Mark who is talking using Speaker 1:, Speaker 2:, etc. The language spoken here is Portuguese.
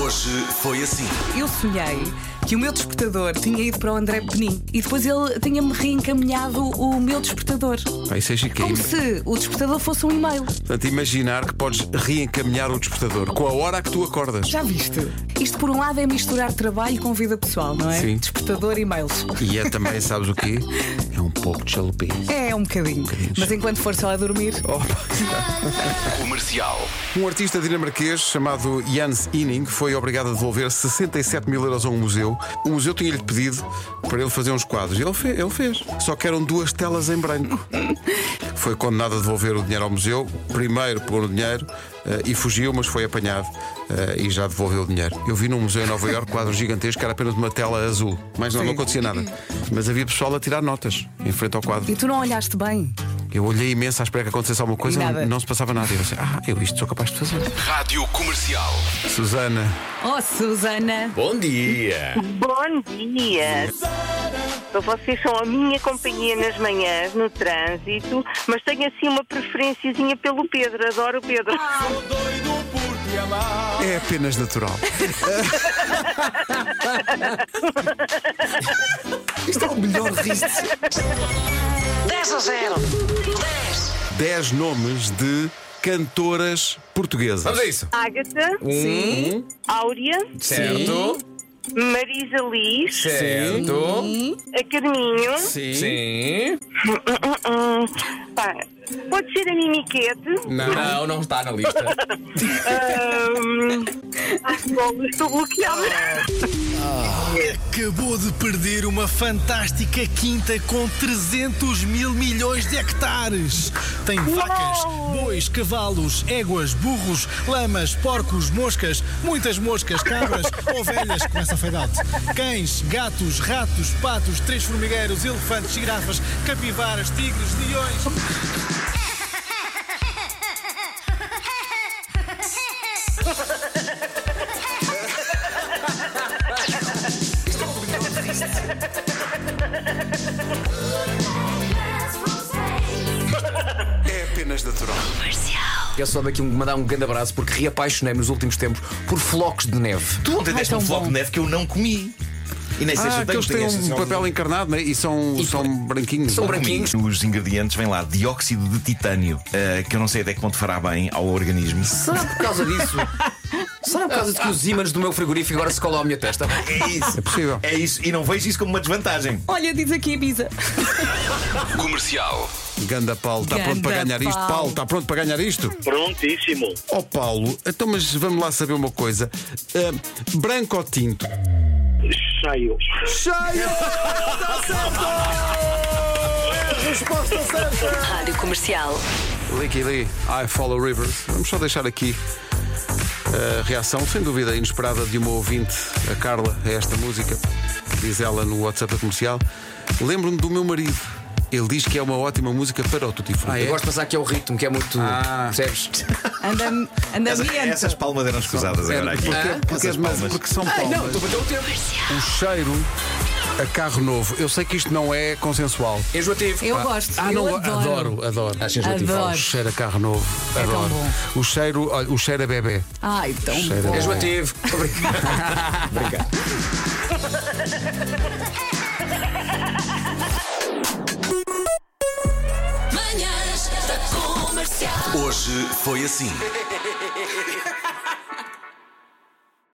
Speaker 1: Hoje foi assim.
Speaker 2: Eu sonhei que o meu despertador tinha ido para o André Penin e depois ele tinha-me reencaminhado o meu despertador.
Speaker 3: Pá, isso é chiquinho.
Speaker 2: Como se o despertador fosse um e-mail.
Speaker 3: Portanto, imaginar que podes reencaminhar o despertador com a hora a que tu acordas.
Speaker 2: Já viste? Isto, por um lado, é misturar trabalho com vida pessoal, não é?
Speaker 3: Sim.
Speaker 2: Despertador e e-mails.
Speaker 3: E é também, sabes o quê? É um pouco de chalupê.
Speaker 2: É, um bocadinho. Mas enquanto for só a dormir,
Speaker 3: Oh.
Speaker 1: Comercial.
Speaker 3: Um artista dinamarquês chamado Jans Inning foi obrigado a devolver 67 mil euros a um museu. O museu tinha-lhe pedido para ele fazer uns quadros. Ele, fe- ele fez. Só que eram duas telas em branco. Foi condenado a devolver o dinheiro ao museu. Primeiro pegou no dinheiro eh, e fugiu, mas foi apanhado eh, e já devolveu o dinheiro. Eu vi num museu em Nova Iorque quadro gigantesco que era apenas uma tela azul. Mas não, não acontecia nada. Mas havia pessoal a tirar notas em frente ao quadro.
Speaker 2: e tu não olhaste bem.
Speaker 3: Eu olhei imenso à espera que acontecesse alguma coisa,
Speaker 2: nada.
Speaker 3: não se passava nada. Eu pensei, ah, eu isto sou capaz de fazer.
Speaker 1: Rádio Comercial.
Speaker 3: Susana,
Speaker 2: Oh, Susana!
Speaker 4: Bom dia!
Speaker 5: Bom dia! Vocês são a minha companhia nas manhãs, no trânsito, mas tenho assim uma preferenciazinha pelo Pedro, adoro o Pedro.
Speaker 3: é apenas natural. Isto é o melhor riso.
Speaker 6: 10 a 0.
Speaker 3: 10 nomes de cantoras portuguesas.
Speaker 4: Vamos a isso!
Speaker 5: Ágata,
Speaker 4: Sim!
Speaker 5: Áurea,
Speaker 4: Certo!
Speaker 5: Marisa Liz,
Speaker 4: Certo!
Speaker 5: a Carminho,
Speaker 4: Sim!
Speaker 5: hum, pá, pode ser a Mimiquete,
Speaker 4: Não, não, não está na lista.
Speaker 5: hum, ai, bolas, estou bloqueada.
Speaker 7: Acabou de perder uma fantástica quinta com 300 mil milhões de hectares. Tem vacas, bois, cavalos, éguas, burros, lamas, porcos, moscas, muitas moscas, cabras, ovelhas, começa a fade out, cães, gatos, ratos, patos, três formigueiros, elefantes, girafas, capivaras, tigres, leões.
Speaker 3: É apenas natural.
Speaker 4: Eu só daqui mandar um grande abraço porque reapaixonei-me nos últimos tempos por flocos de neve.
Speaker 8: Tu ontem deste um floco de neve que eu não comi. E nem sei se
Speaker 3: Ah,
Speaker 8: eu
Speaker 3: que
Speaker 8: tenho,
Speaker 3: eles têm
Speaker 8: tenho esta
Speaker 4: é
Speaker 3: um
Speaker 8: sensação
Speaker 3: papel
Speaker 8: de-
Speaker 3: encarnado né? e são, são branquinhos. é?
Speaker 4: São branquinhos.
Speaker 8: Comi. Os ingredientes vêm lá, dióxido de titânio, eh, que eu não sei até que ponto fará bem ao organismo.
Speaker 4: Será por causa disso? Será por causa de que os ímãs do meu frigorífico agora se colam à minha testa?
Speaker 8: É isso.
Speaker 3: É possível.
Speaker 8: É isso. E não vejo isso como uma desvantagem.
Speaker 2: Olha, diz aqui a Ibiza.
Speaker 1: Comercial.
Speaker 3: Ganda Paulo, está
Speaker 2: Ganda
Speaker 3: pronto para ganhar isto?
Speaker 2: Paulo.
Speaker 3: Paulo, está pronto para ganhar isto?
Speaker 9: Prontíssimo.
Speaker 3: Ó Paulo, então mas vamos lá saber uma coisa. Ah, branco ou tinto?
Speaker 9: Cheio.
Speaker 3: Cheio! Tá
Speaker 6: Rádio Comercial.
Speaker 3: Licky Lee, I Follow Rivers. Vamos só deixar aqui a reação, sem dúvida, inesperada de uma ouvinte, a Carla, a esta música. Diz ela no WhatsApp da comercial. Lembro-me do meu marido. Ele diz que é uma ótima música para o Tutti Frutti.
Speaker 4: Eu gosto de pensar que é o ritmo, que é muito.
Speaker 3: Ah.
Speaker 4: Percebes?
Speaker 2: Anda, anda
Speaker 8: Essas,
Speaker 2: ambiente.
Speaker 8: essas palmas eram escusadas
Speaker 3: É,
Speaker 8: agora aqui.
Speaker 3: porque,
Speaker 2: Ah?
Speaker 3: porque,
Speaker 8: Essas
Speaker 3: mas-
Speaker 8: palmas.
Speaker 3: porque são
Speaker 4: Ai,
Speaker 3: palmas.
Speaker 4: não, estou a
Speaker 2: é
Speaker 4: bater o tempo.
Speaker 3: O cheiro a carro novo. Eu sei que isto não é consensual.
Speaker 4: Enjoativo.
Speaker 2: Eu
Speaker 4: Pá.
Speaker 2: gosto.
Speaker 3: Ah,
Speaker 2: eu
Speaker 3: não,
Speaker 2: adoro.
Speaker 3: adoro, adoro.
Speaker 4: Achas enjoativo?
Speaker 2: Adoro.
Speaker 3: O cheiro a carro novo.
Speaker 2: É tão
Speaker 3: adoro.
Speaker 2: bom.
Speaker 3: O cheiro, olha, o cheiro a bebê.
Speaker 2: Ai, tão
Speaker 3: Cheira
Speaker 2: bom.
Speaker 3: bem.
Speaker 4: Enjoativo. Obrigado.
Speaker 6: Manhãs da Comercial.
Speaker 1: Hoje foi assim.